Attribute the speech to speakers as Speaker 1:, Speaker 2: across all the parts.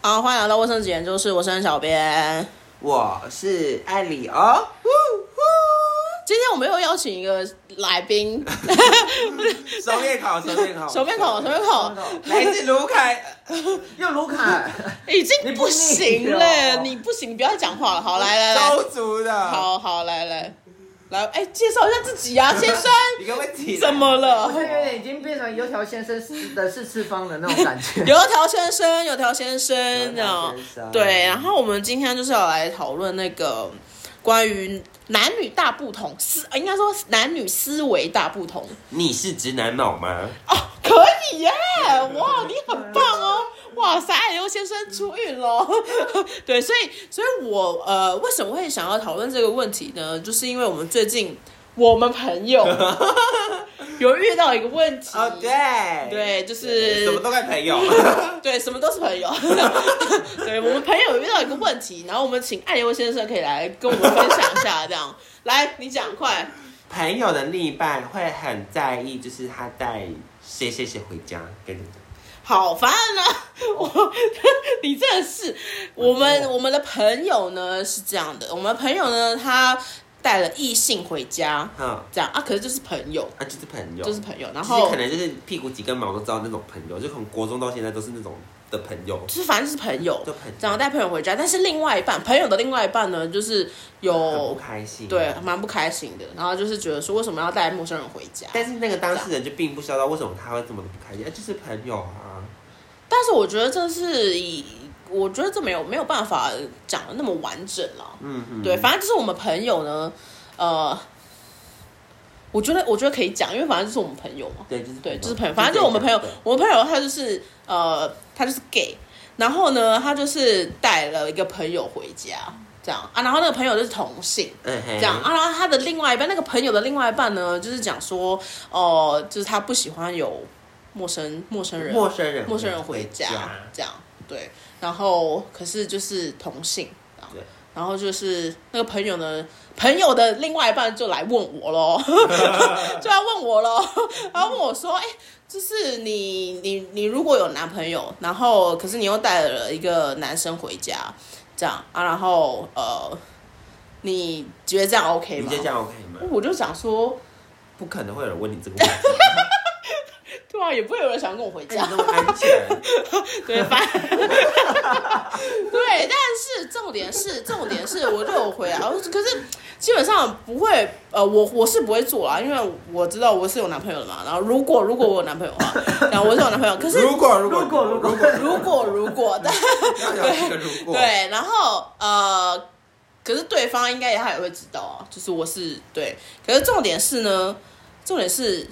Speaker 1: 好，欢迎来到卫生纸研究室，我是小编。
Speaker 2: 我是艾里哦， 呼呼
Speaker 1: 今天我们又邀请一个来 宾，
Speaker 2: 手面烤，手面烤，
Speaker 1: 手面口，手面口，
Speaker 3: 哦
Speaker 2: 来自卢凯，呃 又卢 凯，
Speaker 1: 已
Speaker 2: 你
Speaker 1: 经
Speaker 2: 不
Speaker 1: 不行
Speaker 2: 腻
Speaker 1: 了，
Speaker 2: 哦
Speaker 1: 你不行，你不要再讲话了。好，来来来，
Speaker 2: 周族的，，
Speaker 1: 好好来来来，哎，介绍一下自己啊，先生，
Speaker 2: 一个问题，
Speaker 1: 怎么
Speaker 3: 我现
Speaker 1: 了？
Speaker 3: 在有点已经变成油条先生是的是次方的那种 感觉。
Speaker 1: 油条先生，油条先生，然后
Speaker 2: 油条先生
Speaker 1: 对，然后我们今天就是要来讨论那个关于男女大不同思，呃应该说男女思维大不同。
Speaker 2: 你是直男脑吗？
Speaker 1: 哦，可以 耶！哇，你很棒哦！哇塞，刘先生出运喽。 对，所以，所以我呃，为什么会想要讨论这个问题呢？就是因为我们最近我们朋 友 有遇到一个问题。
Speaker 2: 哦，对，
Speaker 1: 对就是
Speaker 2: 什么都怪 朋友，
Speaker 1: 对，什么都是朋 友。对，我们朋友有遇到一个问题，然后我们请艾刘先生可以来跟我们分享一下，这样。来，你讲快。
Speaker 2: 朋友的另一半会很在意，就是他带谁谁谁回家，跟你
Speaker 1: 好烦 呢、我 你真的是我
Speaker 2: 哎
Speaker 1: 们我们的朋友呢是这样的，我们朋友呢他带了异性回家，
Speaker 2: 嗯，
Speaker 1: 这样啊，可是就是朋友，
Speaker 2: 啊，就是朋友，
Speaker 1: 就是朋友，然
Speaker 2: 其实
Speaker 1: 后
Speaker 2: 可能就是屁股几根毛都知道那种朋友，就从国中到现在都是那种的朋友，
Speaker 1: 就是反正就是朋友
Speaker 2: 就，朋友
Speaker 1: 这样带朋友回家，但是另外一半朋友的另外一半呢，就是
Speaker 2: 很不
Speaker 1: 有
Speaker 2: 开心，
Speaker 1: 对蛮不开心的，然后就是觉得说为什么要带陌生人回家？
Speaker 2: 但是那个当事人就并不知道为什么他会这么的不开心，啊就是朋友啊，
Speaker 1: 但是我觉得这是以，我觉得这没有没有办法讲的那么完整了。
Speaker 2: 嗯嗯，
Speaker 1: 对，反正就是我们朋友呢，呃，我觉得我觉得可以讲，因为反正就是我们朋友嘛，
Speaker 2: 对，嗯就是
Speaker 1: 对，就是朋友，反正就是我们朋友
Speaker 2: 对，
Speaker 1: 我们朋友他就是呃，他就是 gay，然后呢，他就是带了一个朋友回家，这样啊，然后那个朋友就是同性。
Speaker 2: 嗯嘿，
Speaker 1: 这样啊，然后他的另外一半，那个朋友的另外一半呢，就是讲说，哦、就是他不喜欢有陌生陌生人
Speaker 2: 陌生人
Speaker 1: 陌生人回家这样，对。然后可是就是同性，这样
Speaker 2: 对
Speaker 1: 然后就是那个朋友呢，朋友的另外一半就来问我咯， 就要问我咯，然后问我说，哎、就是你你你如果有男朋友，然后可是你又带了一个男生回家，这样啊，然后呃，你觉得这样 OK
Speaker 2: 你
Speaker 1: 吗
Speaker 2: 觉？得这样 OK 吗？
Speaker 1: 我就想说，
Speaker 2: 不可能会有人问你这个问题，
Speaker 1: 对啊，也不会有人想跟我回
Speaker 2: 而且
Speaker 1: 家。
Speaker 2: 那么安全，
Speaker 1: 对，反对，但是重点是，重点是，我就有回来，我可是基本上不会，呃，我我是不会做啦，因为我知道我是有男朋友的嘛。然后如果如果我有男朋友的话，然后我是有男朋友，可是
Speaker 2: 如果如果
Speaker 3: 如
Speaker 2: 如
Speaker 3: 果如
Speaker 2: 果
Speaker 3: 果
Speaker 1: 如果如果，但
Speaker 2: 要有一个如果，
Speaker 1: 对，然后呃，可是对方应该也他也会知道啊，就是我是对，可是重点是呢，重点是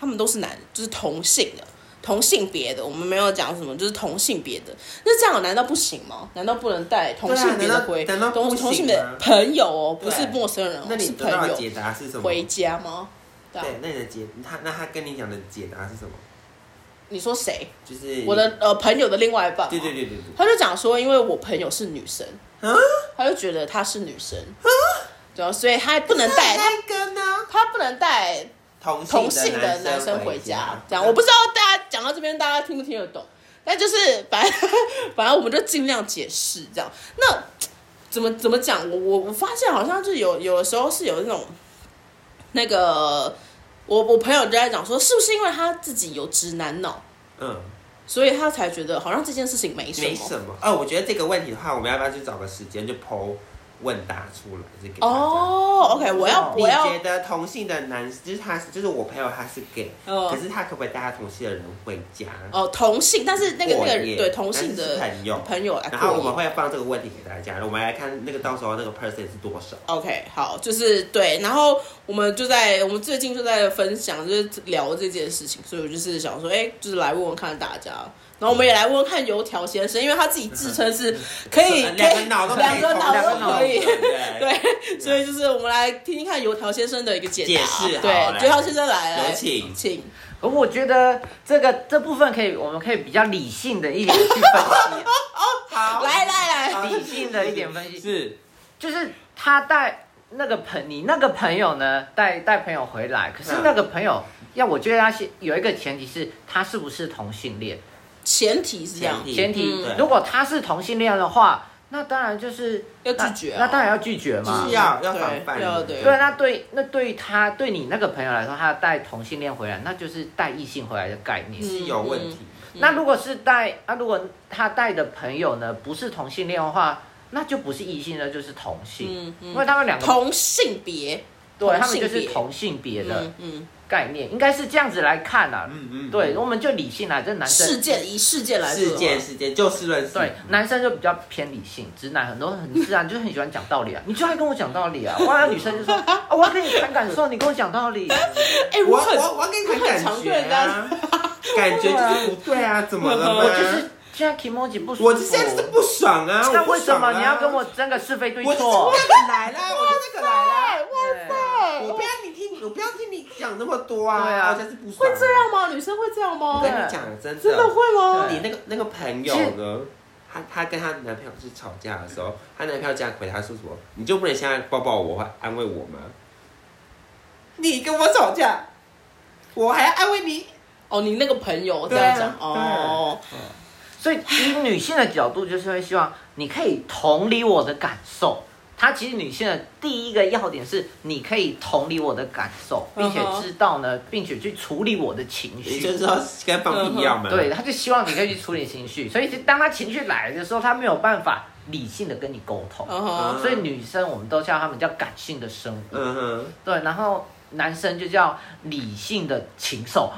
Speaker 1: 他们都是男，就是同性的，同性别的，我们没有讲什么，就是同性别的，那这样难道不行吗？难道不能带同性别的
Speaker 2: 对啊难道
Speaker 1: 回，
Speaker 2: 难道不
Speaker 1: 同
Speaker 2: 行
Speaker 1: 同性别的
Speaker 2: 吗
Speaker 1: 朋友哦，不
Speaker 2: 对
Speaker 1: 是陌生人哦
Speaker 2: 那，你
Speaker 1: 是
Speaker 2: 得
Speaker 1: 朋
Speaker 2: 到的
Speaker 1: 友
Speaker 2: 解答是什么？
Speaker 1: 回家吗？对啊，
Speaker 2: 对，那你的解他那他跟你讲的解答是什么？
Speaker 1: 你说谁？
Speaker 2: 就是
Speaker 1: 我的呃朋友的另外一半，
Speaker 2: 对对。对对对，
Speaker 1: 他就讲说，因为我朋友是女生，
Speaker 2: 啊，
Speaker 1: 他就觉得她是女生，对啊，所以他不能带他，
Speaker 2: 那个呢？
Speaker 1: 他不能带
Speaker 2: 同
Speaker 1: 同性的男
Speaker 2: 生
Speaker 1: 生回
Speaker 2: 家嗯
Speaker 1: 家。，这样我不知道大家讲到这边大家听不听得懂，但就是反正 反正我们就尽量解释这样。那怎么怎么讲？我我我发现好像就有有的时候是有那种那个我我朋友就在讲说，是不是因为他自己有直男脑，
Speaker 2: 嗯。
Speaker 1: 所以他才觉得好像这件事情没什
Speaker 2: 没
Speaker 1: 么。
Speaker 2: 什么。哦，我觉得这个问题的话，我们要不要去找个时间就剖问答出来，就给大家。
Speaker 1: 哦，OK，我要
Speaker 2: 你
Speaker 1: 我要
Speaker 2: 觉得同性的男，就是他是，就是我朋友他是 gay，、
Speaker 1: 嗯
Speaker 2: 可是他可不可以带他同性的人回家？
Speaker 1: 哦，同性，但是那个那
Speaker 2: 过
Speaker 1: 个
Speaker 2: 夜
Speaker 1: 对同性
Speaker 2: 但是
Speaker 1: 的
Speaker 2: 是朋友
Speaker 1: 朋友来啊
Speaker 2: 然后
Speaker 1: 过
Speaker 2: 我们
Speaker 1: 夜。
Speaker 2: 会放这个问题给大家，我们来看那个到时候那个 person 是多少。
Speaker 1: OK，好，就是对，然后我们就在我们最近就在分享，就是聊这件事情，所以我就是想说，哎、就是来问问看大家，然后
Speaker 2: 嗯
Speaker 1: 我们也来问问看油条先生，因为他自己自称 是可以哎可
Speaker 2: 呃两个
Speaker 1: 以
Speaker 2: 脑都可以
Speaker 1: 两个脑
Speaker 3: 两个
Speaker 1: 都
Speaker 3: 脑
Speaker 1: 可以，
Speaker 2: 对不对
Speaker 1: 对， 所以就是我们来听听看油条先生的一个解答，
Speaker 2: 解释好
Speaker 1: 对，
Speaker 2: 来
Speaker 1: 油条先生来来，
Speaker 2: 有请
Speaker 1: 请，
Speaker 3: 我觉得这个这部分可以，我们可以比较理性的一点去分
Speaker 2: 好
Speaker 1: 来来来，
Speaker 3: 析，理性的一点分析，
Speaker 2: 是
Speaker 3: 就是他带那个朋，你那个朋友呢，带带朋友回来，可是那个朋友要，我觉得他是有一个前提是他是不是同性恋，
Speaker 1: 前提是这样，
Speaker 3: 前提
Speaker 2: 对
Speaker 3: 如果他是同性恋的话，那当然就是
Speaker 1: 要
Speaker 3: 那
Speaker 1: 拒绝啊
Speaker 3: 那当然要拒绝嘛
Speaker 2: 是。要要
Speaker 1: 对
Speaker 2: 防范
Speaker 1: 要
Speaker 2: 的，
Speaker 1: 对
Speaker 3: 对，啊那对那对于他对你那个朋友来说，他带同性恋回来，那就是带异性回来的概念。
Speaker 1: 嗯
Speaker 2: 是有问题。
Speaker 3: 那如果是带啊，如果他带的朋友呢不是同性恋的话，那就不是异性，那就是同性，
Speaker 1: 嗯嗯，
Speaker 3: 因为他们两个
Speaker 1: 同性别，
Speaker 3: 对
Speaker 1: 同
Speaker 3: 他们
Speaker 1: 性
Speaker 3: 就是
Speaker 1: 别
Speaker 3: 同性别的
Speaker 1: 嗯嗯，
Speaker 3: 概念，应该是这样子来看啊。
Speaker 2: 嗯嗯，
Speaker 3: 对，我们就理性啊来，这男生
Speaker 1: 事件以事件来说的
Speaker 2: 事
Speaker 1: 话，
Speaker 2: 件事件就事论事，
Speaker 3: 对，男生就比较偏理性，直男很多很自然， 就是很喜欢讲道理啊。你就爱跟我讲 道理啊，我要女生就说啊，我要跟你谈感受，你跟我讲道理。
Speaker 1: 哎，
Speaker 2: 我
Speaker 1: 我很
Speaker 2: 我我要跟你谈
Speaker 1: 我很常
Speaker 2: 感觉
Speaker 1: 跟人
Speaker 2: 啊， 感觉就是不对啊，怎么了吗？
Speaker 3: 我就是现在 emoji 不舒服，
Speaker 2: 我现在就是不爽啊，
Speaker 3: 那
Speaker 2: 我不
Speaker 3: 为什
Speaker 2: 爽
Speaker 3: 么
Speaker 2: 啊
Speaker 3: 你要跟我？争个是非对
Speaker 2: 我就是
Speaker 3: 错？
Speaker 2: 这个来啦，我就是这个来啦，
Speaker 1: 哎，哇塞，
Speaker 2: 我不要你听，我不要听你讲那么多啊，
Speaker 3: 对啊
Speaker 2: 我就是不
Speaker 1: 会
Speaker 2: 爽。
Speaker 1: 这样吗？女生会这样吗
Speaker 2: 我跟？你讲，真的
Speaker 1: 真的会吗？
Speaker 2: 你那个那个朋友呢？她她跟她男朋友是吵架的时候，她男朋友这样回答说什么？你就不能现在抱抱我，或安慰我吗？你跟我吵架，我还要安慰你？
Speaker 1: 哦，你那个朋友这样讲
Speaker 2: 对
Speaker 1: 哦，
Speaker 3: 所以以女性的角度，就是会希望你可以同理我的感受。她其实女性的第一个要点是，你可以同理我的感受，并且
Speaker 1: 嗯哼
Speaker 3: 知道呢，并且去处理我的情绪。
Speaker 2: 也就是说跟放屁一样嘛。
Speaker 3: 对，他就希望你可以去处理情绪，所以当他情绪来的时候，他没有办法理性的跟你沟通。
Speaker 1: 嗯哼，
Speaker 3: 所以女生我们都叫他们叫感性的生物，
Speaker 2: 嗯哼，
Speaker 3: 对，然后男生就叫理性的禽兽，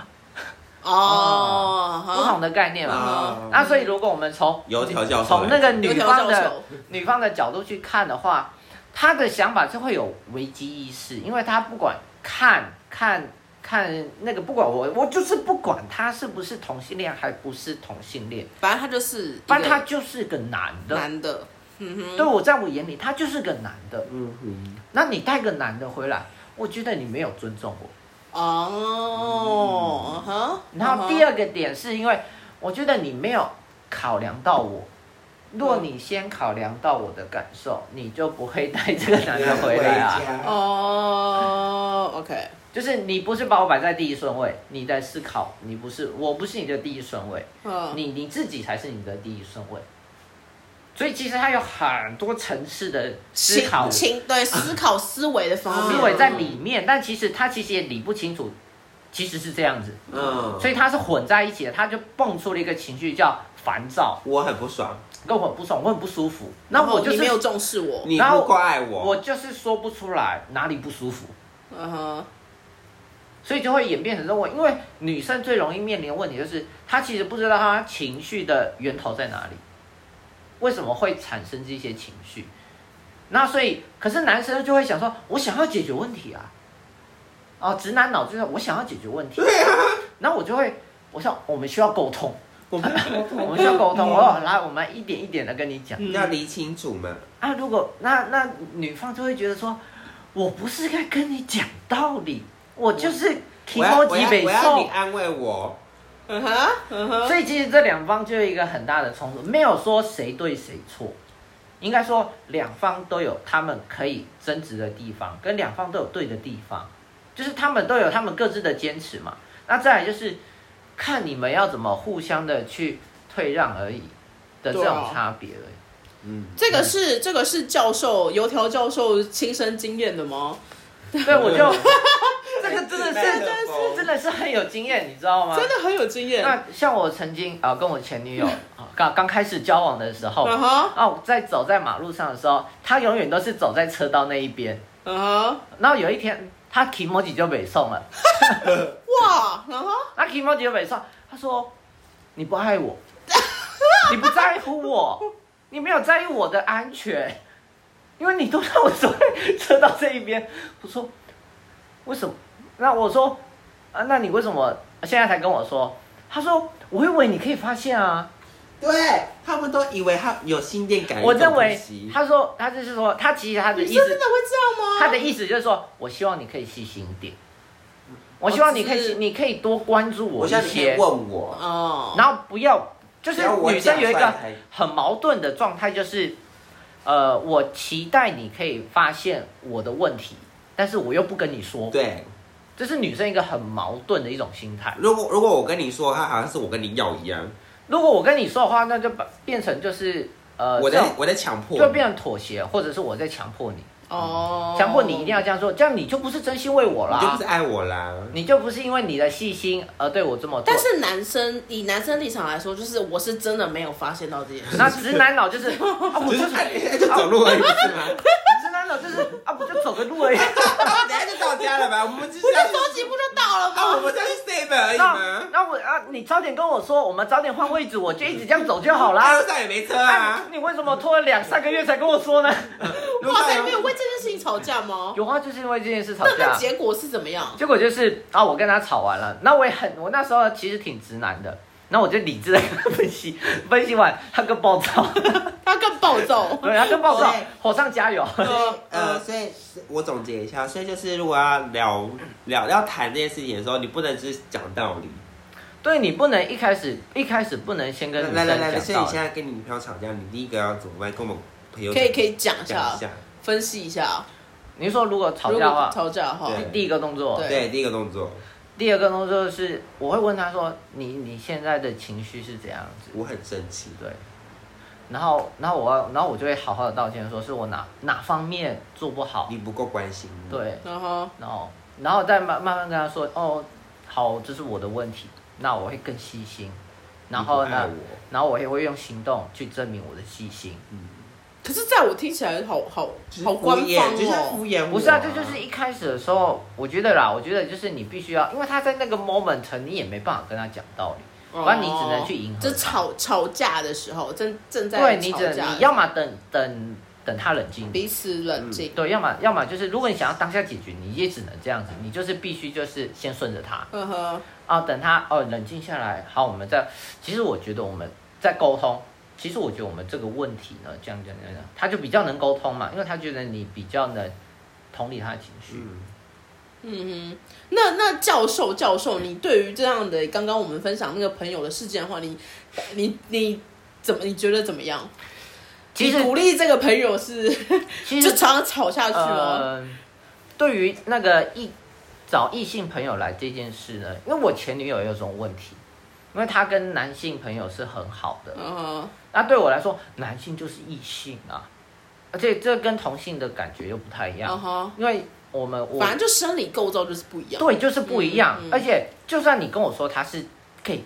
Speaker 1: 哦，
Speaker 3: 不同的概念嘛。
Speaker 2: 啊
Speaker 3: 那所以如果我们从
Speaker 2: 油条教授
Speaker 3: 从那个
Speaker 1: 有
Speaker 3: 女
Speaker 1: 条
Speaker 3: 方
Speaker 1: 教
Speaker 3: 的
Speaker 1: 授，
Speaker 3: 女方的角度去看的话，她的想法就会有危机意识，因为她不管看看看那个，不管我我就是不管他是不是同性恋还不是同性恋。
Speaker 1: 反正他就是一个
Speaker 3: 反正他就是个男的。
Speaker 1: 男的，嗯哼，
Speaker 3: 对我在我眼里，他就是个男的。
Speaker 2: 嗯哼，
Speaker 3: 那你带个男的回来，我觉得你没有尊重我。
Speaker 1: 哦，哈，
Speaker 3: 嗯然后第二个点是因为，我觉得你没有考量到我。如果你先考量到我的感受，你就不会带这个男的回来 啊。
Speaker 2: 家
Speaker 1: 哦，OK，
Speaker 3: 就是你不是把我摆在第一顺位，你在思考，你不是，我不是你的第一顺位。
Speaker 1: 嗯，
Speaker 3: 你你自己才是你的第一顺位。所以其实它有很多层次的思考
Speaker 1: 情情对思考思维的方面，
Speaker 3: 思维在里面，但其实他其实也理不清楚，其实是这样子，
Speaker 2: 嗯，
Speaker 3: 所以它是混在一起的，他就蹦出了一个情绪叫烦躁，
Speaker 2: 我很不爽，
Speaker 3: 跟我很不爽，我很不舒服。那
Speaker 1: 然后
Speaker 3: 我就是
Speaker 1: 你没有啊重视我，
Speaker 2: 你
Speaker 3: 然后
Speaker 2: 不够爱我，
Speaker 3: 我就是说不出来哪里不舒服，
Speaker 1: 嗯哼，
Speaker 3: 所以就会演变成说我，因为女生最容易面临的问题就是，她其实不知道她情绪的源头在哪里，为什么会产生这些情绪。那所以，可是男生就会想说，我想要解决问题啊，哦，直男脑就是我想要解决问题，对啊，然后我就会，我想我们需要沟通，
Speaker 2: 我们
Speaker 3: 我们需要 沟通，我说来，我们一点一点的跟你讲
Speaker 2: 要理清楚嘛。
Speaker 3: 啊。如果那那女方就会觉得说，我不是该跟你讲道理，我就是提
Speaker 2: 我要
Speaker 3: 高
Speaker 2: 我
Speaker 3: 级
Speaker 2: 要
Speaker 3: 北
Speaker 2: 我要
Speaker 3: 宋
Speaker 2: 你。安慰我，
Speaker 1: 嗯哼，嗯哼，
Speaker 3: 所以其实这两方就有一个很大的冲突，没有说谁对谁错，应该说两方都有他们可以争执的地方，跟两方都有对的地方，就是他们都有他们各自的坚持嘛。那再来就是看你们要怎么互相的去退让而已的这
Speaker 1: 对
Speaker 3: 种
Speaker 1: 啊
Speaker 3: 差别而已。
Speaker 2: 嗯，
Speaker 1: 这个是这个是教授油条教授亲身经验的吗？
Speaker 3: 对，我就这个真的
Speaker 2: 真
Speaker 3: 是
Speaker 2: 的是
Speaker 3: 真的是很有经验，你知道吗？
Speaker 1: 真的很有经验，
Speaker 3: 啊那像我曾经啊、呃跟我 前女友啊刚刚开始交往的时候，
Speaker 1: 嗯哼，
Speaker 3: 哦，在走在马路上的时候，他永远都是走在车道那一边。
Speaker 1: 嗯哼，
Speaker 3: 然后有一天，他 k i m o j i 就北送了，
Speaker 1: 哇，嗯哼，
Speaker 3: 那 k i m o j i 就北送，他说：“你不爱我，你不在乎我，你没有在意我的安全，因为你都让我走在车道这一边。”我说：“为什么？”那我说：“啊，那你为什么现在才跟我说？”他说：“我以为你可以发现啊。”
Speaker 2: 对他们都以为他有心电感应
Speaker 3: 我
Speaker 2: 这种
Speaker 3: 认
Speaker 2: 东
Speaker 3: 为
Speaker 2: 西，
Speaker 3: 他说他就是说他其实他的
Speaker 1: 女
Speaker 3: 意
Speaker 1: 生
Speaker 3: 思
Speaker 1: 真的会这样吗？
Speaker 3: 他的意思就是说，我希望你可以细心一点，我希望你可
Speaker 1: 我只
Speaker 3: 以
Speaker 1: 是
Speaker 3: 你可以多关注
Speaker 2: 我
Speaker 3: 我一
Speaker 2: 希望你可以
Speaker 3: 些，
Speaker 2: 问我，
Speaker 1: 哦，
Speaker 3: 然后不要就是
Speaker 2: 不要我
Speaker 3: 女生有一
Speaker 2: 讲出
Speaker 3: 个
Speaker 2: 来才
Speaker 3: 很矛盾的状态，就是呃，我期待你可以发现我的问题，但是我又不跟你说，
Speaker 2: 对。
Speaker 3: 这是女生一个很矛盾的一种心态。
Speaker 2: 如果如果我跟你说，他好像是我跟你要一样，
Speaker 3: 如果我跟你说的话，那就把变成就是呃，
Speaker 2: 我
Speaker 3: 这种
Speaker 2: 在我在强迫
Speaker 3: 就
Speaker 2: 你，
Speaker 3: 变成妥协，或者是我在强迫你，
Speaker 1: 哦，
Speaker 3: 强迫你一定要这样做，这样你就不是真心为我
Speaker 2: 你就不
Speaker 3: 啦
Speaker 2: 是，爱我啦。
Speaker 3: 你就不是因为你的细心而对我这么做。
Speaker 1: 但是男生以男生立场来说，就是我是真的没有发现到这件事。
Speaker 3: 那直男 脑就是，啊，我
Speaker 2: 就
Speaker 3: 就是是
Speaker 2: 哎哎就走路而已，不是吗？
Speaker 3: 直男脑就是啊，不就走个路而已。
Speaker 2: 等一下哎就到家了吧？我们就是
Speaker 1: 不
Speaker 2: 要
Speaker 1: 是收集不就到了
Speaker 2: 啊，我
Speaker 1: 吗？
Speaker 2: 们是要去 save 而已
Speaker 3: 那
Speaker 2: 吗？
Speaker 3: 那我啊，你早点跟我说，我们早点换位置，我就一直这样走就好
Speaker 2: 啊，
Speaker 3: 啦
Speaker 2: 路。上也没车
Speaker 3: 啊
Speaker 2: 啊，，
Speaker 3: 你为什么拖了两三个月才跟我说呢？
Speaker 2: 路
Speaker 1: 哇塞，
Speaker 2: 上
Speaker 1: 没有为这件事情吵架吗？
Speaker 3: 有啊，就是因为这件事吵
Speaker 1: 那
Speaker 3: 架
Speaker 1: 那。结果是怎么样？
Speaker 3: 结果就是啊，我跟他吵完了，那我也很，我那时候其实挺直男的，那我就理智的跟他分析， 分析完他更暴躁，
Speaker 1: 他更暴躁。
Speaker 3: 对，他更暴躁
Speaker 2: 对，
Speaker 3: 火上加油。
Speaker 1: 呃
Speaker 2: 呃，
Speaker 1: 呃，
Speaker 2: 所以我总结一下，所以就是如果要聊聊要谈这件事情的时候，你不能只是讲道理。
Speaker 3: 对你不能一开始一开始不能先跟女
Speaker 2: 来
Speaker 3: 生
Speaker 2: 来来，所以
Speaker 3: 讲
Speaker 2: 你
Speaker 3: 道
Speaker 2: 现
Speaker 3: 理，
Speaker 2: 在跟你女朋友吵架，你第一个要怎么办？跟我们朋友
Speaker 1: 可以可以讲一
Speaker 2: 讲
Speaker 1: 下
Speaker 2: 一，下。
Speaker 1: 分析一下。
Speaker 3: 你说如果吵
Speaker 1: 如
Speaker 3: 架的
Speaker 1: 果
Speaker 3: 话，
Speaker 1: 吵架的话，
Speaker 2: 对
Speaker 3: 第一个动作，
Speaker 1: 对
Speaker 2: 对，第一个动作，
Speaker 3: 第二个动作是我会问他说你你现在的情绪是怎样子，
Speaker 2: 我很生气。
Speaker 3: 对。然后，然后我要，然后我就会好好的道歉，说是我哪哪方面做不好，
Speaker 2: 你不够关心我，
Speaker 3: 对，
Speaker 1: 然后
Speaker 3: 然后然后再慢慢慢跟他说，哦，好，这是我的问题，那我会更细心，然后
Speaker 2: 你不爱
Speaker 3: 呢，
Speaker 2: 我
Speaker 3: 然后我也会用行动去证明我的细心。
Speaker 1: 可是在我听起来好好
Speaker 2: 就是
Speaker 1: 好官
Speaker 2: 敷衍
Speaker 1: 方
Speaker 2: 就是要
Speaker 1: 哦。
Speaker 2: 敷衍我。
Speaker 3: 不是啊，这就是一开始的时候，我觉得啦，我觉得就是你必须要，因为他在那个 moment，你也没办法跟他讲道理，反正你只能去迎合他。
Speaker 1: 就吵吵架的时候，正正在
Speaker 3: 对，你
Speaker 1: 吵
Speaker 3: 只
Speaker 1: 架的
Speaker 3: 你要么等等等他冷静，
Speaker 1: 彼此冷静。
Speaker 3: 对，要么要么就是如果你想要当下解决，你也只能这样子，你就是必须就是先顺着他。
Speaker 1: 呵呵，
Speaker 3: 啊，等他哦冷静下来，好，我们再。其实我觉得我们在沟通，其实我觉得我们这个问题呢，这样这样这样这样，他就比较能沟通嘛，因为他觉得你比较能同理他的情绪。
Speaker 2: 嗯，
Speaker 1: 嗯哼。那那教授教授，你对于这样的刚刚我们分享那个朋友的事件的话，你你你怎么你觉得怎么样？
Speaker 3: 其实
Speaker 1: 你鼓励这个朋友是
Speaker 3: 其
Speaker 1: 就
Speaker 3: 实
Speaker 1: 常常吵下去哦。
Speaker 3: 呃，对于那个异找异性朋友来这件事呢，因为我前女友也有这种问题，因为她跟男性朋友是很好的，
Speaker 1: 嗯哼，
Speaker 3: 那对我来说，男性就是异性啊，而且这跟同性的感觉又不太一样，
Speaker 1: 嗯哼，
Speaker 3: 因为我们我
Speaker 1: 反正就生理构造就是不一样。
Speaker 3: 对，就是不一样。
Speaker 1: 嗯嗯
Speaker 3: 而且，就算你跟我说他是 gay，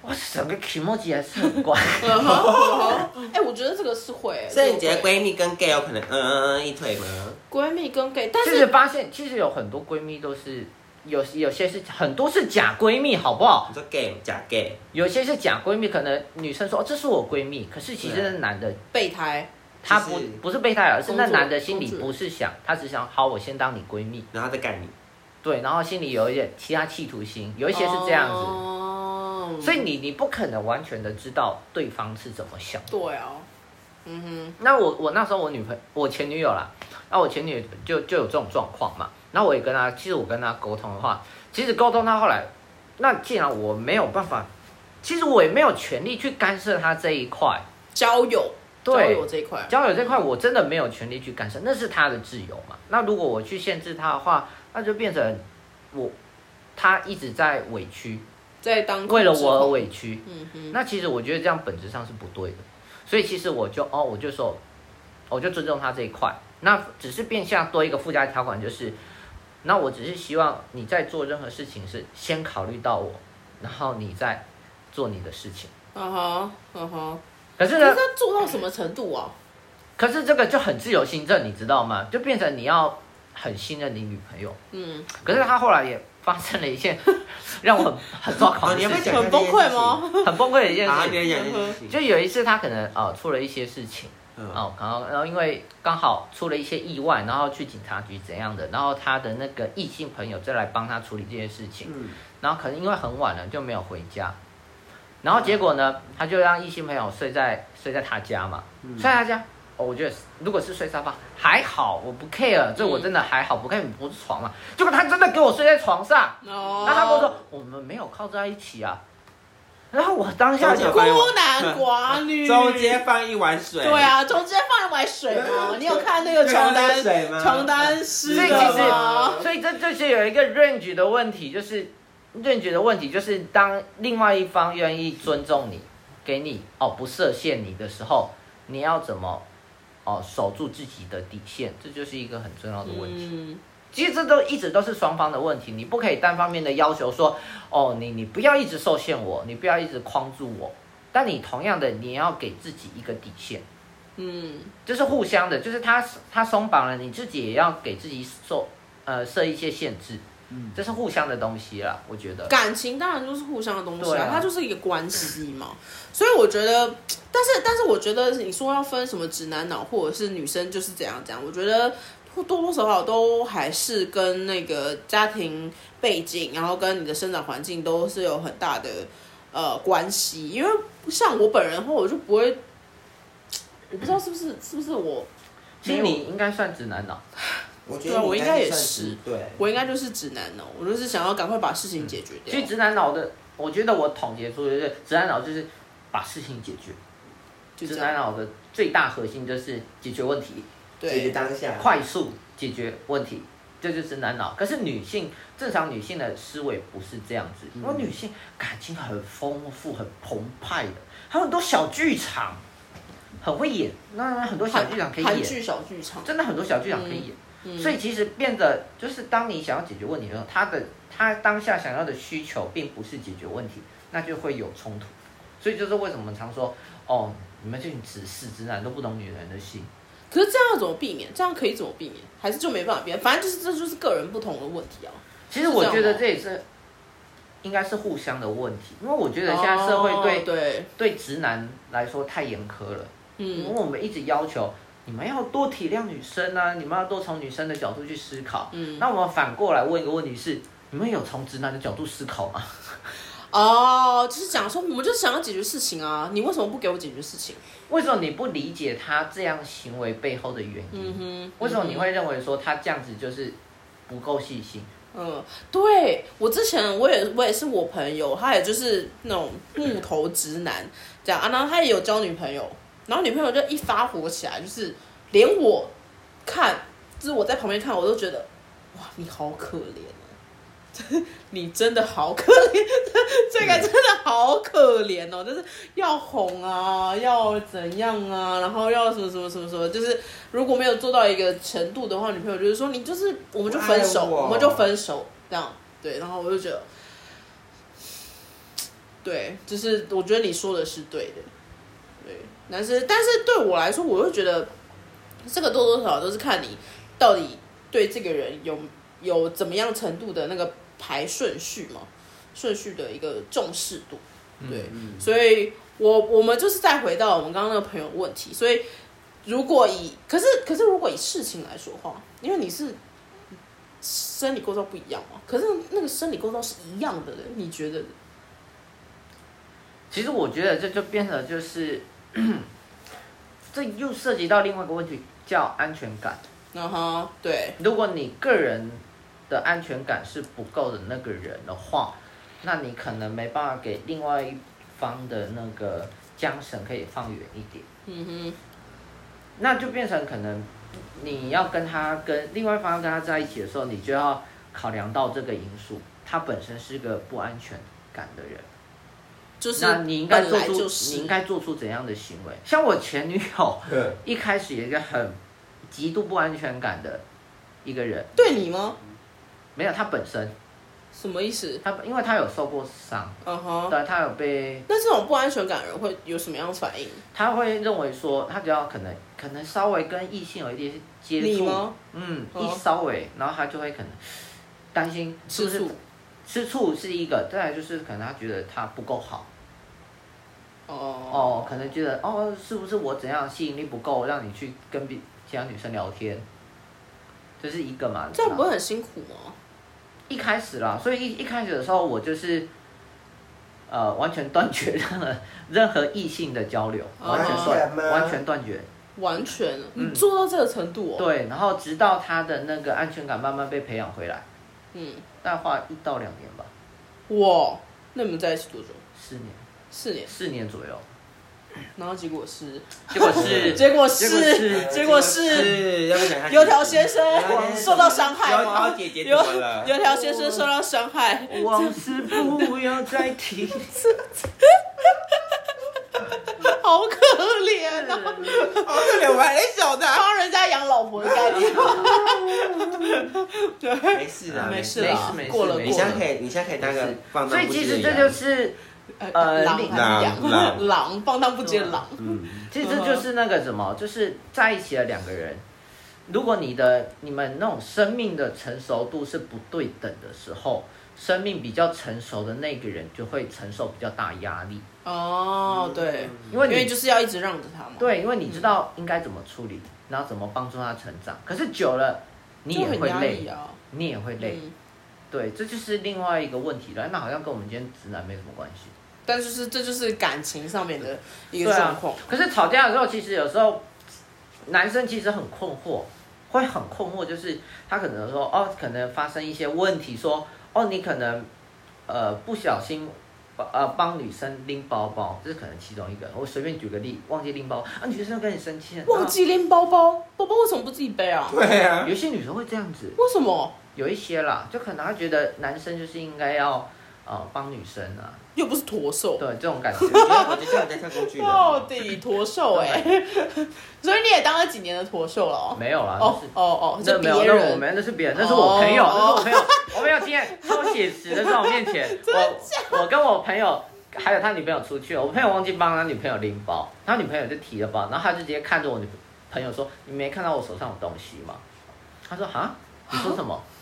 Speaker 3: 我整个 e m o 还是很怪。
Speaker 1: 嗯哼嗯哼哎，我觉得这个是会。
Speaker 2: 所以你觉
Speaker 1: 这
Speaker 2: 得
Speaker 1: 个会
Speaker 2: 闺蜜跟 gay 有可能嗯嗯嗯一腿吗？
Speaker 1: 闺蜜跟 gay，但
Speaker 3: 其实
Speaker 1: 是
Speaker 3: 发现，其实有很多闺蜜都是有有些是很多是假闺蜜，好不好？
Speaker 2: 你说 gay 假 gay，
Speaker 3: 有些是假闺蜜，可能女生说、哦、这是我闺蜜，可是其实那男的
Speaker 1: 备胎，
Speaker 3: 他不
Speaker 2: 就是
Speaker 3: 不是备胎了，是
Speaker 1: 啊
Speaker 3: 那
Speaker 1: 工作
Speaker 3: 男的心里
Speaker 1: 工作
Speaker 3: 不是想，他只想好我先当你闺蜜，
Speaker 2: 然后再干你，
Speaker 3: 对，然后心里有一点其他企图心，有一些是这样子。
Speaker 1: 哦
Speaker 3: 所以你你不可能完全的知道对方是怎么想的
Speaker 1: 对啊，嗯哼。
Speaker 3: 那我我那时候我女朋我前女友啦，那我前女友就就有这种状况嘛。那我也跟她，其实我跟她沟通的话，其实沟通到后来，那既然我没有办法，其实我也没有权利去干涉她这一块
Speaker 1: 交友，
Speaker 3: 对
Speaker 1: 交友这一块，
Speaker 3: 交友这块，我真的没有权利去干涉，那是她的自由嘛。那如果我去限制她的话，那就变成我她一直在委屈，
Speaker 1: 在当
Speaker 3: 为了我而
Speaker 1: 我，
Speaker 3: 委屈。
Speaker 1: 嗯哼，
Speaker 3: 那其实我觉得这样本质上是不对的，所以其实我就哦，我就说，我就尊重他这一块。那只是变相多一个附加条款，就是，那我只是希望你在做任何事情是先考虑到我，然后你再做你的事情。
Speaker 1: 嗯哼，嗯哼，
Speaker 3: 可是
Speaker 1: 可是
Speaker 3: 呢，
Speaker 1: 他做到什么程度啊？
Speaker 3: 可是这个就很自由行政，你知道吗？就变成你要很信任你女朋友。
Speaker 1: 嗯，
Speaker 3: 可是他后来也发生了一件让我很很抓狂
Speaker 2: 哦
Speaker 3: 的
Speaker 2: 你要不
Speaker 3: 事
Speaker 2: 要
Speaker 3: 情，
Speaker 2: 讲
Speaker 1: 很崩溃吗？
Speaker 3: 很崩溃的一件
Speaker 2: 然后
Speaker 3: 事
Speaker 2: 你
Speaker 1: 嗯
Speaker 2: 再
Speaker 3: 情。
Speaker 2: 讲这嗯件事
Speaker 3: 就
Speaker 2: 情，
Speaker 3: 有一次他可能啊、呃出了一些事情。
Speaker 2: 嗯，
Speaker 3: 哦，然后然后因为刚好出了一些意外，然后去警察局怎样的，然后他的那个异性朋友就来帮他处理这些事情，
Speaker 2: 嗯
Speaker 3: 然后可能因为很晚了就没有回家，然后结果呢，他就让异性朋友睡在睡在他家嘛，
Speaker 2: 嗯
Speaker 3: 睡在他家。哦，我觉得是如果是睡沙发还好，我不 care，这
Speaker 2: 嗯
Speaker 3: 我真的还好，不 care 不是床嘛。结果他真的给我睡在床上，
Speaker 1: 哦，
Speaker 3: 然后他跟我说我们没有靠在一起啊，然后我当下就
Speaker 2: 中间放一
Speaker 1: 哦孤男寡 女，
Speaker 2: 中间放一碗水，
Speaker 1: 嗯对，啊，中间放一碗水吗？你有啊看那个
Speaker 2: 床
Speaker 1: 床
Speaker 2: 单
Speaker 1: 单
Speaker 2: 水吗？
Speaker 1: 床单湿
Speaker 3: 所
Speaker 2: 是
Speaker 3: 以其
Speaker 1: 的
Speaker 3: 实
Speaker 1: 吗？
Speaker 3: 所以这就是有一个 range 的问题，就是论决的问题就是，当另外一方愿意尊重你，给你哦不设限你的时候，你要怎么哦守住自己的底线？这就是一个很重要的问题。
Speaker 1: 嗯，
Speaker 3: 其实这都一直都是双方的问题，你不可以单方面的要求说，哦，你你不要一直受限我，你不要一直框住我。但你同样的，你也要给自己一个底线，
Speaker 1: 嗯，
Speaker 3: 这是互相的，就是他他松绑了，你自己也要给自己受呃设一些限制，
Speaker 2: 嗯
Speaker 3: 这是互相的东西啦，我觉得。
Speaker 1: 感情当然就是互相的东西
Speaker 3: 对
Speaker 1: 啊
Speaker 3: 啊，
Speaker 1: 它就是一个关系嘛。所以我觉得，但是但是我觉得你说要分什么直男脑或者是女生就是怎样怎样，我觉得多多少少都还是跟那个家庭背景，然后跟你的生长环境都是有很大的呃关系。因为像我本人的话，我就不会，我不知道是不是是不是我
Speaker 3: 其实你应该算直男脑，
Speaker 2: 我觉
Speaker 1: 对啊
Speaker 2: 得
Speaker 1: 我
Speaker 2: 你
Speaker 1: 应该也
Speaker 2: 算
Speaker 1: 是
Speaker 2: 对，
Speaker 1: 我应该就是直男哦，我就是想要赶快把事情解决
Speaker 3: 其
Speaker 1: 掉
Speaker 3: 实。直男脑的，我觉得我统结出就是直男脑就是把事情解决，
Speaker 1: 就
Speaker 3: 直
Speaker 1: 这
Speaker 3: 男
Speaker 1: 样，
Speaker 3: 脑的最大核心就是解决问题，
Speaker 2: 解决
Speaker 1: 对，
Speaker 2: 当下，
Speaker 3: 快速解决问题，这就是直男脑。可是女性正常女性的思维不是这样子，因为女性感情很丰富、很澎湃的，还有很多小剧场，很会演，那很多小剧场可以
Speaker 1: 韩
Speaker 3: 演，
Speaker 1: 剧小剧场，
Speaker 3: 真的很多小剧场可以演。
Speaker 1: 嗯
Speaker 3: 所以其实变得就是，当你想要解决问题的时候，他的他当下想要的需求并不是解决问题，那就会有冲突。所以就是为什么我们常说，哦，你们这群直视直男都不懂女人的心。
Speaker 1: 可是这样要怎么避免？这样可以怎么避免？还是就没办法避免？反正就是这就是个人不同的问题啊。
Speaker 3: 其实我觉得
Speaker 1: 哦
Speaker 3: 这也是应该是互相的问题，因为我觉得现在社会对、
Speaker 1: 哦对，
Speaker 3: 对直男来说太严苛了，因为
Speaker 1: 嗯
Speaker 3: 我们一直要求你们要多体谅女生啊，你们要多从女生的角度去思考。
Speaker 1: 嗯，
Speaker 3: 那我们反过来问一个问题是：你们有从直男的角度思考吗？
Speaker 1: 哦，就是讲说，我们就是想要解决事情啊，你为什么不给我解决事情？
Speaker 3: 为什么你不理解他这样行为背后的原因？
Speaker 1: 嗯哼，
Speaker 3: 为什么你会认为说他这样子就是不够细心？
Speaker 1: 嗯，对我之前我也我也是我朋友，他也就是那种木头直男这样啊，然后他也有交女朋友，然后女朋友就一发火起来，就是连我看，就是我在旁边看，我都觉得哇，你好可怜啊， 你真的好可怜， 这个真的好可怜哦，就是要哄啊，要怎样啊，然后要什么什么什么什么，就是如果没有做到一个程度的话，女朋友就是说你就是我们就分手，
Speaker 2: 不爱我
Speaker 1: 我们就分手这样，对，然后我就觉得，对，就是我觉得你说的是对的，对，但是但是对我来说，我又觉得这个多多少少都是看你到底对这个人有有怎么样程度的那个排顺序嘛，顺序的一个重视度。对，
Speaker 2: 嗯
Speaker 1: 所以我我们就是再回到我们刚刚那个朋友的问题，所以如果以可是可是如果以事情来说话，因为你是生理构造不一样嘛，可是那个生理构造是一样的嘞，你觉得？
Speaker 3: 其实我觉得这就变得就是， 这又涉及到另外一个问题，叫安全感。
Speaker 1: 嗯哼，对，
Speaker 3: 如果你个人的安全感是不够的那个人的话，那你可能没办法给另外一方的那个缰绳可以放远一点。
Speaker 1: 嗯哼，
Speaker 3: 那就变成可能你要跟他跟另外一方要跟他在一起的时候，你就要考量到这个因素，他本身是个不安全感的人，
Speaker 1: 就是
Speaker 3: 那你应该
Speaker 1: 本
Speaker 3: 做
Speaker 1: 来
Speaker 3: 出、
Speaker 1: 就是
Speaker 3: 你应该做出怎样的行为？像我前女友 一开始有一个很极度不安全感的一个人，
Speaker 1: 对你吗？
Speaker 3: 没有他本身，
Speaker 1: 什么意思？
Speaker 3: 他因为他有受过伤，
Speaker 1: 嗯哼，
Speaker 3: 对，他有被
Speaker 1: 那这种不安全感的人会有什么样的反应？
Speaker 3: 他会认为说，他只要可能可能稍微跟异性有一点接
Speaker 1: 你
Speaker 3: 触，
Speaker 1: 吗？
Speaker 3: 嗯，
Speaker 1: 哦
Speaker 3: 一稍微，然后他就会可能担心是
Speaker 1: 吃
Speaker 3: 不是
Speaker 1: 醋？
Speaker 3: 吃醋是一个，再来就是可能他觉得他不够好，
Speaker 1: 哦
Speaker 3: 哦，可能觉得哦，是不是我怎样吸引力不够，让你去跟比其他女生聊天，这是一个嘛？
Speaker 1: 这样不
Speaker 3: 是吧
Speaker 1: 会很辛苦吗？
Speaker 3: 一开始啦，所以一一开始的时候我就是。呃，完全断绝任何 任何异性的交流，
Speaker 1: 哦
Speaker 3: 完全
Speaker 2: 安全
Speaker 3: 断，
Speaker 2: 吗
Speaker 3: 完全断绝。
Speaker 1: 完全，你做到这个程度哦。
Speaker 3: 对，然后直到他的那个安全感慢慢被培养回来，
Speaker 1: 嗯，
Speaker 3: 大概花一到两年吧，
Speaker 1: 哇，那你们在一起多久？
Speaker 3: 四年，
Speaker 1: 四年。
Speaker 3: 四年左右。
Speaker 1: 然后结果是，
Speaker 3: 结果是
Speaker 1: 结果
Speaker 3: 结果
Speaker 1: 是，
Speaker 3: 是
Speaker 1: 结果是
Speaker 2: 是要不要讲一下
Speaker 1: 油条先生
Speaker 2: 油条先
Speaker 1: 受到伤害
Speaker 2: 油条
Speaker 1: 吗？
Speaker 2: 姐姐怎
Speaker 1: 油
Speaker 2: 么了？
Speaker 1: 油条先生受到伤害，
Speaker 3: 往事不要再提。
Speaker 1: 好可怜哦，
Speaker 2: 好可怜，我还在笑 他。
Speaker 1: 帮人家养老婆的概念吗？对，
Speaker 2: 没事啊，
Speaker 1: 没
Speaker 2: 事
Speaker 1: 事
Speaker 3: 啦
Speaker 1: 啊
Speaker 3: 没事没，事
Speaker 1: 过了
Speaker 2: 你
Speaker 1: 过
Speaker 2: 现在
Speaker 1: 了，
Speaker 2: 可以，你现在可以当个放
Speaker 3: 所
Speaker 2: 荡
Speaker 3: 以
Speaker 2: 不
Speaker 3: 其
Speaker 2: 羁的羊。
Speaker 3: 实这就是，
Speaker 1: 呃，
Speaker 3: 呃
Speaker 1: 狼
Speaker 3: 另
Speaker 1: 还
Speaker 2: 狼
Speaker 1: 是羊， 狼放荡不羁的狼，
Speaker 2: 嗯，
Speaker 3: 其实这就是那个什么，就是在一起的两个人，如果你的你们那种生命的成熟度是不对等的时候，生命比较成熟的那个人就会承受比较大压力，
Speaker 1: 哦，
Speaker 2: 嗯
Speaker 1: 对，
Speaker 3: 因为
Speaker 1: 因
Speaker 3: 你
Speaker 1: 为就是要一直让着他嘛，
Speaker 3: 对，因为你知道应该怎么处理，然后怎么帮助他成长。可是久了，你
Speaker 1: 就
Speaker 3: 也
Speaker 1: 很
Speaker 3: 会
Speaker 1: 压
Speaker 3: 累
Speaker 1: 力，啊，
Speaker 3: 你也会累。
Speaker 1: 嗯，
Speaker 3: 对，这就是另外一个问题了。那好像跟我们今天直男没什么关系。
Speaker 1: 但就是这就是感情上面的一
Speaker 3: 对
Speaker 1: 个
Speaker 3: 啊
Speaker 1: 状况，
Speaker 3: 可是吵架的时候，其实有时候男生其实很困惑，会很困惑，就是他可能说哦，可能发生一些问题，说哦，你可能呃不小心。呃，帮女生拎包包，这是可能其中一个。我随便举个例，忘记拎包包啊，女生就跟你生气了。
Speaker 1: 忘记拎包包，包包为什么不自己背啊？
Speaker 2: 对
Speaker 3: 啊
Speaker 2: 啊，
Speaker 3: 有一些女生会这样子，
Speaker 1: 为什么？
Speaker 3: 有一些啦，就可能她觉得男生就是应该要呃帮女生啊，
Speaker 1: 又不是驼兽
Speaker 3: 对，这种感觉。
Speaker 2: 我觉得我在像工具人。
Speaker 1: 到底驼兽哎、 所以你也当了几年的驼兽了哦？
Speaker 3: 啊没有啦，
Speaker 1: 哦
Speaker 3: 就是
Speaker 1: 哦哦，
Speaker 3: 那
Speaker 1: 这
Speaker 3: 没有，
Speaker 1: 别
Speaker 3: 那我
Speaker 1: 人
Speaker 3: 们那是别人，那是我朋友，那是
Speaker 1: 哦
Speaker 3: 我朋友， 我朋友今天超写实的在我 面前，我我跟我朋友还有他女朋友出去，我朋友忘记帮他女朋友拎包，他女朋友就提了包，然后他就直接看着我女朋友说：“你没看到我手上有东西吗？”他说：“啊，你说什么？”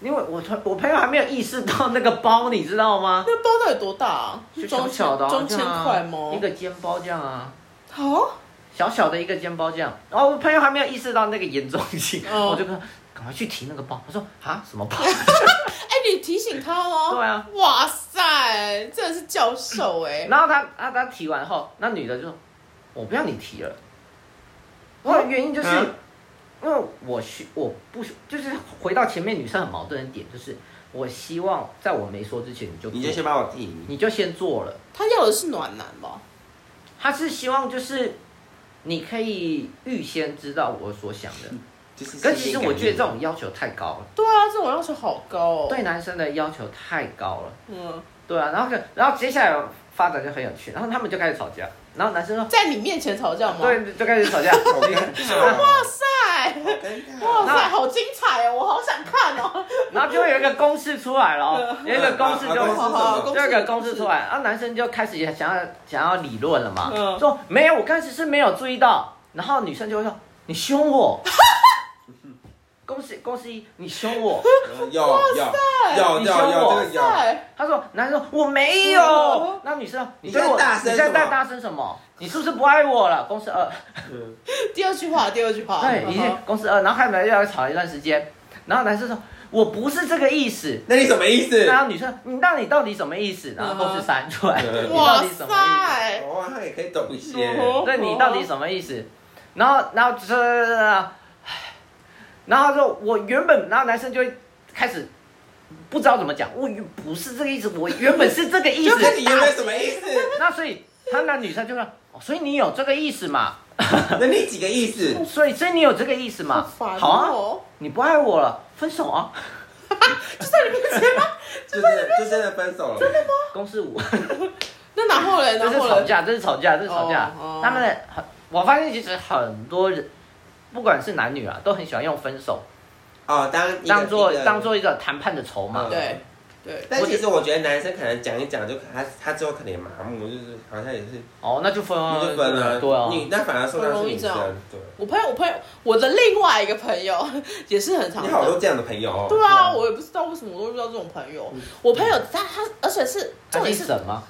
Speaker 3: 因为我突我朋友还没有意识到那个包，你知道吗？
Speaker 1: 那包到底多大、啊？
Speaker 3: 就小
Speaker 1: 中
Speaker 3: 小的、啊，
Speaker 1: 中
Speaker 3: 这
Speaker 1: 千
Speaker 3: 样啊
Speaker 1: 块吗
Speaker 3: 一？个煎包这样啊，
Speaker 1: 好、哦，
Speaker 3: 小小的一个煎包这样。然后我朋友还没有意识到那个严重性，
Speaker 1: 哦
Speaker 3: 我就跟他赶快去提那个包。他说啊，什么包？
Speaker 1: 哎、你提醒他哦。
Speaker 3: 对啊。
Speaker 1: 哇塞，真的是教授哎、
Speaker 3: 然后他他他提完后，那女的就说我不要你提了。我原因就是、
Speaker 2: 啊
Speaker 3: 因为我需我不就是回到前面女生很矛盾的点，就是我希望在我没说之前你就
Speaker 2: 你就
Speaker 3: 做
Speaker 2: 先把我剃。
Speaker 3: 你就先做了。
Speaker 1: 他要的是暖男吧？
Speaker 3: 他是希望就是你可以预先知道我所想 的。
Speaker 2: 就是
Speaker 3: 可其实我觉得这种要求太高了，
Speaker 1: 对啊，这种要求好高哦。
Speaker 3: 对，男生的要求太高了。
Speaker 1: 嗯，
Speaker 3: 对啊，然后可然后接下来发展就很有趣，然后他们就开始吵架，然后男生说
Speaker 1: 在你面前吵架吗？，
Speaker 3: 对，就开始 吵架。
Speaker 2: 好尴尬
Speaker 1: 哇
Speaker 2: 哦，
Speaker 1: 塞，
Speaker 2: 好尴尬
Speaker 1: 哇
Speaker 2: 哦。
Speaker 1: 塞，好精彩哦，我好想看哦。
Speaker 3: 然后就会有一个公式出来了哦，有一个公式就
Speaker 2: 啊啊
Speaker 1: 好
Speaker 2: 啊
Speaker 1: 好，
Speaker 2: 公
Speaker 1: 公
Speaker 3: 就有一
Speaker 1: 式
Speaker 3: 个公式出来，然后男生就开始也想要想要理论了嘛，
Speaker 1: 嗯
Speaker 3: 说没有，我刚开始是没有注意到，然后女生就会说你 凶我，公式公式一你凶 我，
Speaker 2: 有有有
Speaker 3: 你
Speaker 2: 有
Speaker 3: 凶
Speaker 2: 有
Speaker 3: 我
Speaker 2: 这个有。
Speaker 1: 对，
Speaker 3: 他说男生说我没有
Speaker 1: 嗯，
Speaker 3: 那女生说
Speaker 2: 你
Speaker 3: 对我
Speaker 2: 在大声
Speaker 3: 你在
Speaker 2: 什么
Speaker 3: 大大声什么？你是不是不爱我了？公式二。
Speaker 2: 嗯
Speaker 1: 第二句话，第二句话。
Speaker 3: 对，哎已
Speaker 1: 嗯
Speaker 3: 经
Speaker 1: 哼
Speaker 3: 公司呃二，然后他们又要吵一段时间，然后男生说我不是这个意思，
Speaker 2: 那你什么意思？
Speaker 3: 然后女生嗯你到底到底什么意思？然后公式删 出来，
Speaker 2: 嗯
Speaker 3: 你到
Speaker 1: 嗯哇
Speaker 3: 底什么意
Speaker 1: 塞。
Speaker 2: 哦，他也可以懂一些。
Speaker 3: 思？对你到底什么意思？然后然后就是，呃唉然后他说我原本，然后男生就会开始不知道怎么讲，我原不是这个意思，我原本是这个意
Speaker 2: 就跟你
Speaker 3: 思，
Speaker 2: 原本什么意思？
Speaker 3: 那所以他那女生就说，哦所以你有这个意思嘛？
Speaker 2: 那你几个意思？
Speaker 3: 所以所以你有这个意思嘛？
Speaker 1: 嗯烦
Speaker 3: 好啊，
Speaker 1: 哦，
Speaker 3: 你不爱我了，分手啊！
Speaker 1: 就在你面前 吗？
Speaker 2: 就是就真的分手了。真的吗？
Speaker 3: 公式五。
Speaker 1: 那然后嘞，
Speaker 3: 这
Speaker 1: 然
Speaker 3: 是
Speaker 1: 后
Speaker 3: 吵
Speaker 1: 嘞，
Speaker 3: 架，这是吵架，这是吵架。
Speaker 1: 哦哦
Speaker 3: 他们的很，我发现其实很多人，不管是男女啊，都很喜欢用分手
Speaker 2: 哦，当一个
Speaker 3: 当做
Speaker 2: 一个
Speaker 3: 当做一个谈判的筹码。
Speaker 2: 嗯
Speaker 1: 对对，
Speaker 2: 但其实我觉得男生可能讲一讲就他他最后可能也麻木，就是好像也是
Speaker 3: 哦，那就分啊，
Speaker 2: 你就分了，
Speaker 3: 对啊，
Speaker 2: 你那反而受伤是女生
Speaker 1: 很容易，
Speaker 2: 对，
Speaker 1: 我朋友，我朋友，我的另外一个朋友 也是很常
Speaker 2: 你好多这样的朋友哦，
Speaker 1: 对啊，我也不知道为什么我会遇到这种朋友。
Speaker 2: 嗯
Speaker 1: 我朋友他他，而且是重
Speaker 3: 他
Speaker 1: 点
Speaker 3: 姓
Speaker 1: 是
Speaker 3: 沈吗？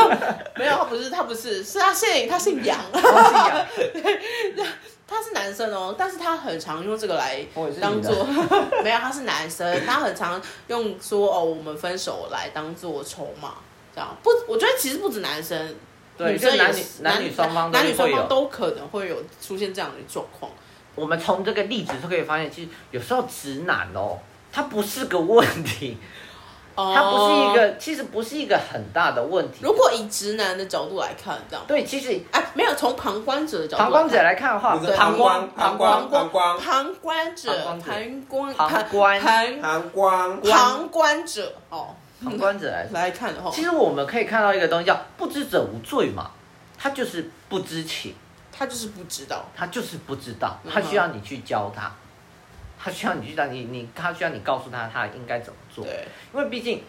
Speaker 1: 没有，他不是他不是，是他姓他姓 杨，
Speaker 3: 我哦姓杨，
Speaker 1: 他是男生哦，但是他很常用这个来
Speaker 3: 我也是
Speaker 1: 当
Speaker 3: 女的
Speaker 1: 做 没有，他是男生，他很常用说哦我们分手来当做筹码，这样不，我觉得其实不止男生，
Speaker 3: 对，
Speaker 1: 女
Speaker 3: 就
Speaker 1: 生
Speaker 3: 是
Speaker 1: 也
Speaker 3: 男女
Speaker 1: 是
Speaker 3: 男女双方都
Speaker 1: 男女双
Speaker 3: 会
Speaker 1: 方
Speaker 3: 有。
Speaker 1: 都可能会有出现这样的状况。
Speaker 3: 我们从 这个例子就可以发现，其实有时候直男哦，他不是个问题，
Speaker 1: 哦，
Speaker 3: 它不是一。个，其实不是一个很大的问题。
Speaker 1: 如果以直男的角度来看，这样，
Speaker 3: 对，其实
Speaker 1: 哎，没有从旁观者的角度，
Speaker 3: 旁观者，来看的话，
Speaker 2: 你的
Speaker 3: 对
Speaker 2: 膀胱、膀胱、膀胱、
Speaker 1: 旁观者，旁观，
Speaker 3: 旁观
Speaker 1: 旁
Speaker 2: 膀胱，
Speaker 1: 旁观者，哦，
Speaker 3: 旁观者来说，
Speaker 1: 来看的话
Speaker 3: 其，实我们可以看到一个东西叫“不知者无罪”嘛，他就是不知情，
Speaker 1: 他就是不知道，
Speaker 3: 他就是不知道，
Speaker 1: 嗯哼
Speaker 3: 他需要你去教他，他需要你去教你你，他需要你告诉他他应该怎么做，
Speaker 1: 对，
Speaker 3: 因为毕竟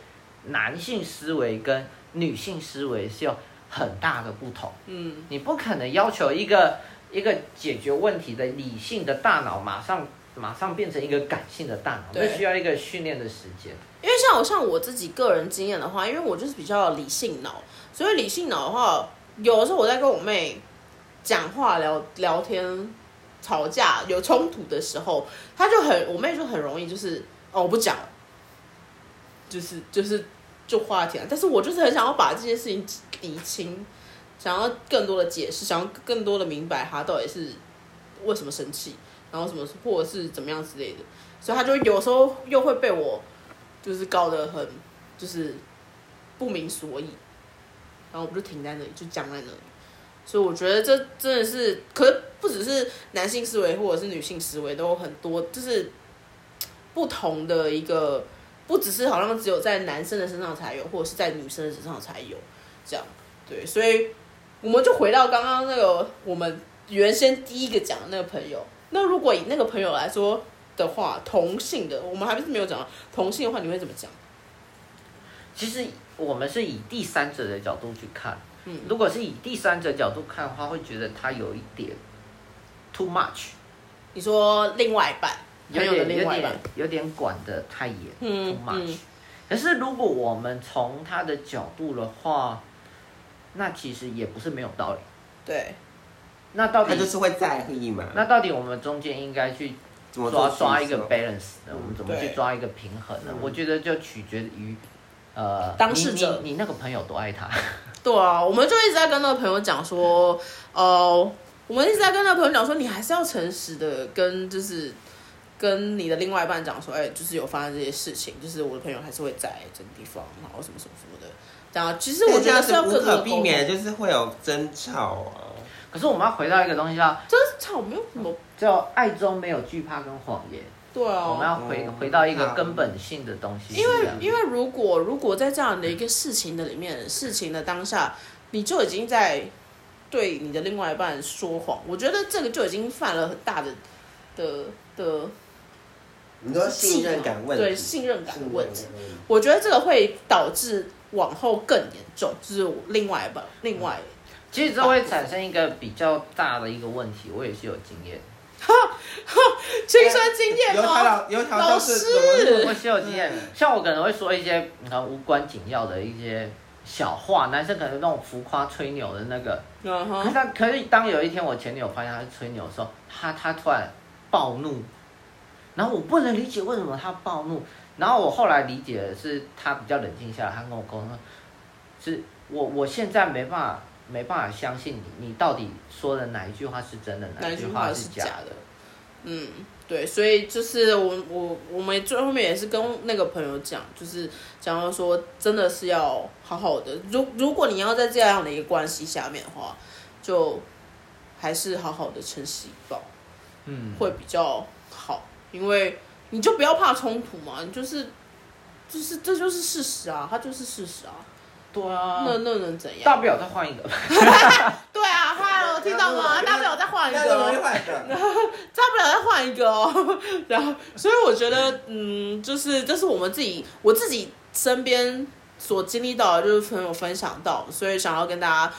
Speaker 3: 男性思维跟女性思维是有很大的不同。
Speaker 1: 嗯，
Speaker 3: 你不可能要求一个一个解决问题的理性的大脑马上马上变成一个感性的大脑，
Speaker 1: 对
Speaker 3: 这需要一个训练的时间。
Speaker 1: 因为像我像我自己个人经验的话，因为我就是比较理性脑，所以理性脑的话，有的时候我在跟我妹讲话聊聊天、吵架有冲突的时候，她就很我妹就很容易就是哦我不讲了，就是就是就话题了。啊但是我就是很想要把这件事情理清，想要更多的解释，想要更多的明白她到底是为什么生气，然后什么或者是怎么样之类的，所以她就有时候又会被我。就是搞得很就是不明所以，然后我们就停在那里，就僵在那里。所以我觉得这真的是，可是不只是男性思维或者是女性思维，都有很多就是不同的一个，不只是好像只有在男生的身上才有，或者是在女生的身上才有这样。对，所以我们就回到刚刚那个我们原先第一个讲的那个朋友。那如果以那个朋友来说的话，同性的，我们还不是没有讲到同性的话，你会怎么讲？
Speaker 3: 其实我们是以第三者的角度去看，
Speaker 1: 嗯
Speaker 3: 如果是以第三者角度看的话，会觉得他有一点 too much，
Speaker 1: 你说另外一半，
Speaker 3: 有
Speaker 1: 朋友的
Speaker 3: 点
Speaker 1: 另
Speaker 3: 有
Speaker 1: 外一
Speaker 3: 点
Speaker 1: 半，
Speaker 3: 有点管得太严、
Speaker 1: 嗯
Speaker 3: too much
Speaker 1: 嗯。
Speaker 3: 可是如果我们从他的角度的话，那其实也不是没有道理。
Speaker 1: 对，
Speaker 3: 那到底
Speaker 2: 他就是会在意嘛。
Speaker 3: 那到底我们中间应该去
Speaker 2: 怎么
Speaker 3: 抓
Speaker 2: 做
Speaker 3: 抓一个
Speaker 2: 取舍
Speaker 3: balance 呢？我们怎么
Speaker 1: 对
Speaker 3: 去抓一个平衡呢
Speaker 2: 嗯？
Speaker 3: 我觉得就取决于，呃，
Speaker 1: 当事者
Speaker 3: 你你，你那个朋友多爱他，
Speaker 1: 对啊，我们就一直在跟那个朋友讲说，呃，我们一直在跟那个朋友讲说，你哎还是要诚实的跟就是跟你的另外一半讲说，哎、就是有发生这些事情，就是我的朋友还是会在这个地方，然后什么什么什么的。这样，其实我觉得是要
Speaker 2: 但
Speaker 1: 各
Speaker 2: 这样
Speaker 1: 自
Speaker 2: 子无可避免，，就是会有争吵啊。
Speaker 3: 可是我们要回到一个东西叫
Speaker 1: 这是吵没有什么，
Speaker 3: 叫爱中没有惧怕跟谎言，
Speaker 1: 对啊，
Speaker 3: 我们要回
Speaker 2: 嗯
Speaker 3: 回到一个
Speaker 2: 好
Speaker 3: 根本性的东西。
Speaker 1: 哦因为
Speaker 3: 是
Speaker 1: 因为如果如果在这样的一个事情的里面，事情的当下，你就已经在对你的另外一半说谎，我觉得这个就已经犯了很大的的的
Speaker 2: 你说信任感问题，
Speaker 1: 对信任感的问题
Speaker 2: 信任。感问题
Speaker 1: 我觉得这个会导致往后更严重，就是我另外一半另外
Speaker 3: 其实这会产生一个比较大的一个问题，我也是有经验，
Speaker 1: 亲身经验哦
Speaker 2: 嗯有他
Speaker 1: 吗？
Speaker 2: 老有他
Speaker 1: 老
Speaker 2: 教
Speaker 1: 师
Speaker 2: 是怎么录
Speaker 3: 我是有经验。像我可能会说一些你看无关紧要的一些小话，男生可能那种浮夸吹牛的那个。
Speaker 1: 嗯
Speaker 3: 可是
Speaker 1: 哼，
Speaker 3: 当可是当有一天我前女友发现她是吹牛的时候，她她突然暴怒，然后我不能理解为什么她暴怒，然后我后来理解的是她比较冷静下来，她跟我沟通说，是我我现在没办法没办法相信你，你到底说的哪一句话是真的，
Speaker 1: 哪
Speaker 3: 哪
Speaker 1: 一句
Speaker 3: 话
Speaker 1: 话
Speaker 3: 是
Speaker 1: 是假
Speaker 3: 的
Speaker 1: 的？？嗯，对，所以就是我我我们最后面也是跟那个朋友讲，就是讲到说，真的是要好好的。如如果你要在这样的一个关系下面的话，就还是好好的诚实以报
Speaker 3: 嗯，
Speaker 1: 会比较好，因为你就不要怕冲突嘛，你就是就是这就是事实啊，它就是事实啊，
Speaker 3: 对啊，
Speaker 1: 那那能怎样？
Speaker 3: 大不了再换一个吧。
Speaker 1: 对啊，嗨，我听到吗？大不了再换一
Speaker 2: 那
Speaker 1: 个
Speaker 2: 容
Speaker 1: 哦
Speaker 2: 易。换的。
Speaker 1: 大不了再换一个哦。 然后，所以我觉得，嗯，就是这是我们自己我自己身边所经历到的，就是朋友分享到的，所以想要跟大家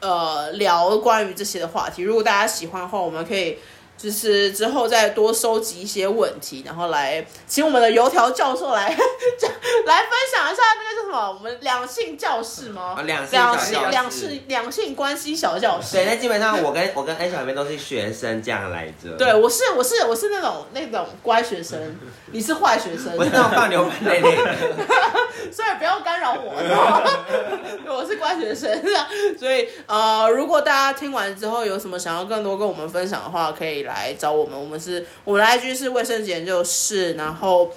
Speaker 1: 呃聊关于这些的话题。如果大家喜欢的话，我们可以。就是之后再多收集一些问题，然后来请我们的油条教授来 来分享一下那个叫什么，我们两性教室吗
Speaker 2: 啊？两性
Speaker 1: 两
Speaker 2: 小
Speaker 1: 性
Speaker 2: 教室
Speaker 1: 两性两性关系小教室。
Speaker 2: 对，那基本上我跟我跟 A 小妹都是学生这样来着。
Speaker 1: 对，，我是我是我是那种那种乖学生，你是坏学生，
Speaker 2: 我是那种放牛班那类的。
Speaker 1: 所以不要干扰我。 对我是乖学生，所以呃，如果大家听完之后有什么想要更多跟我们分享的话，可以来找我们。我们是我们的 IG 是卫生纸研究室，然后。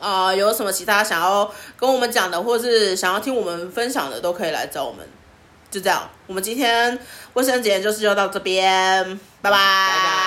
Speaker 1: 呃有什么其他想要跟我们讲的，或是想要听我们分享的，都可以来找我们。就这样，我们今天卫生节就是就到这边，拜拜。
Speaker 2: 拜拜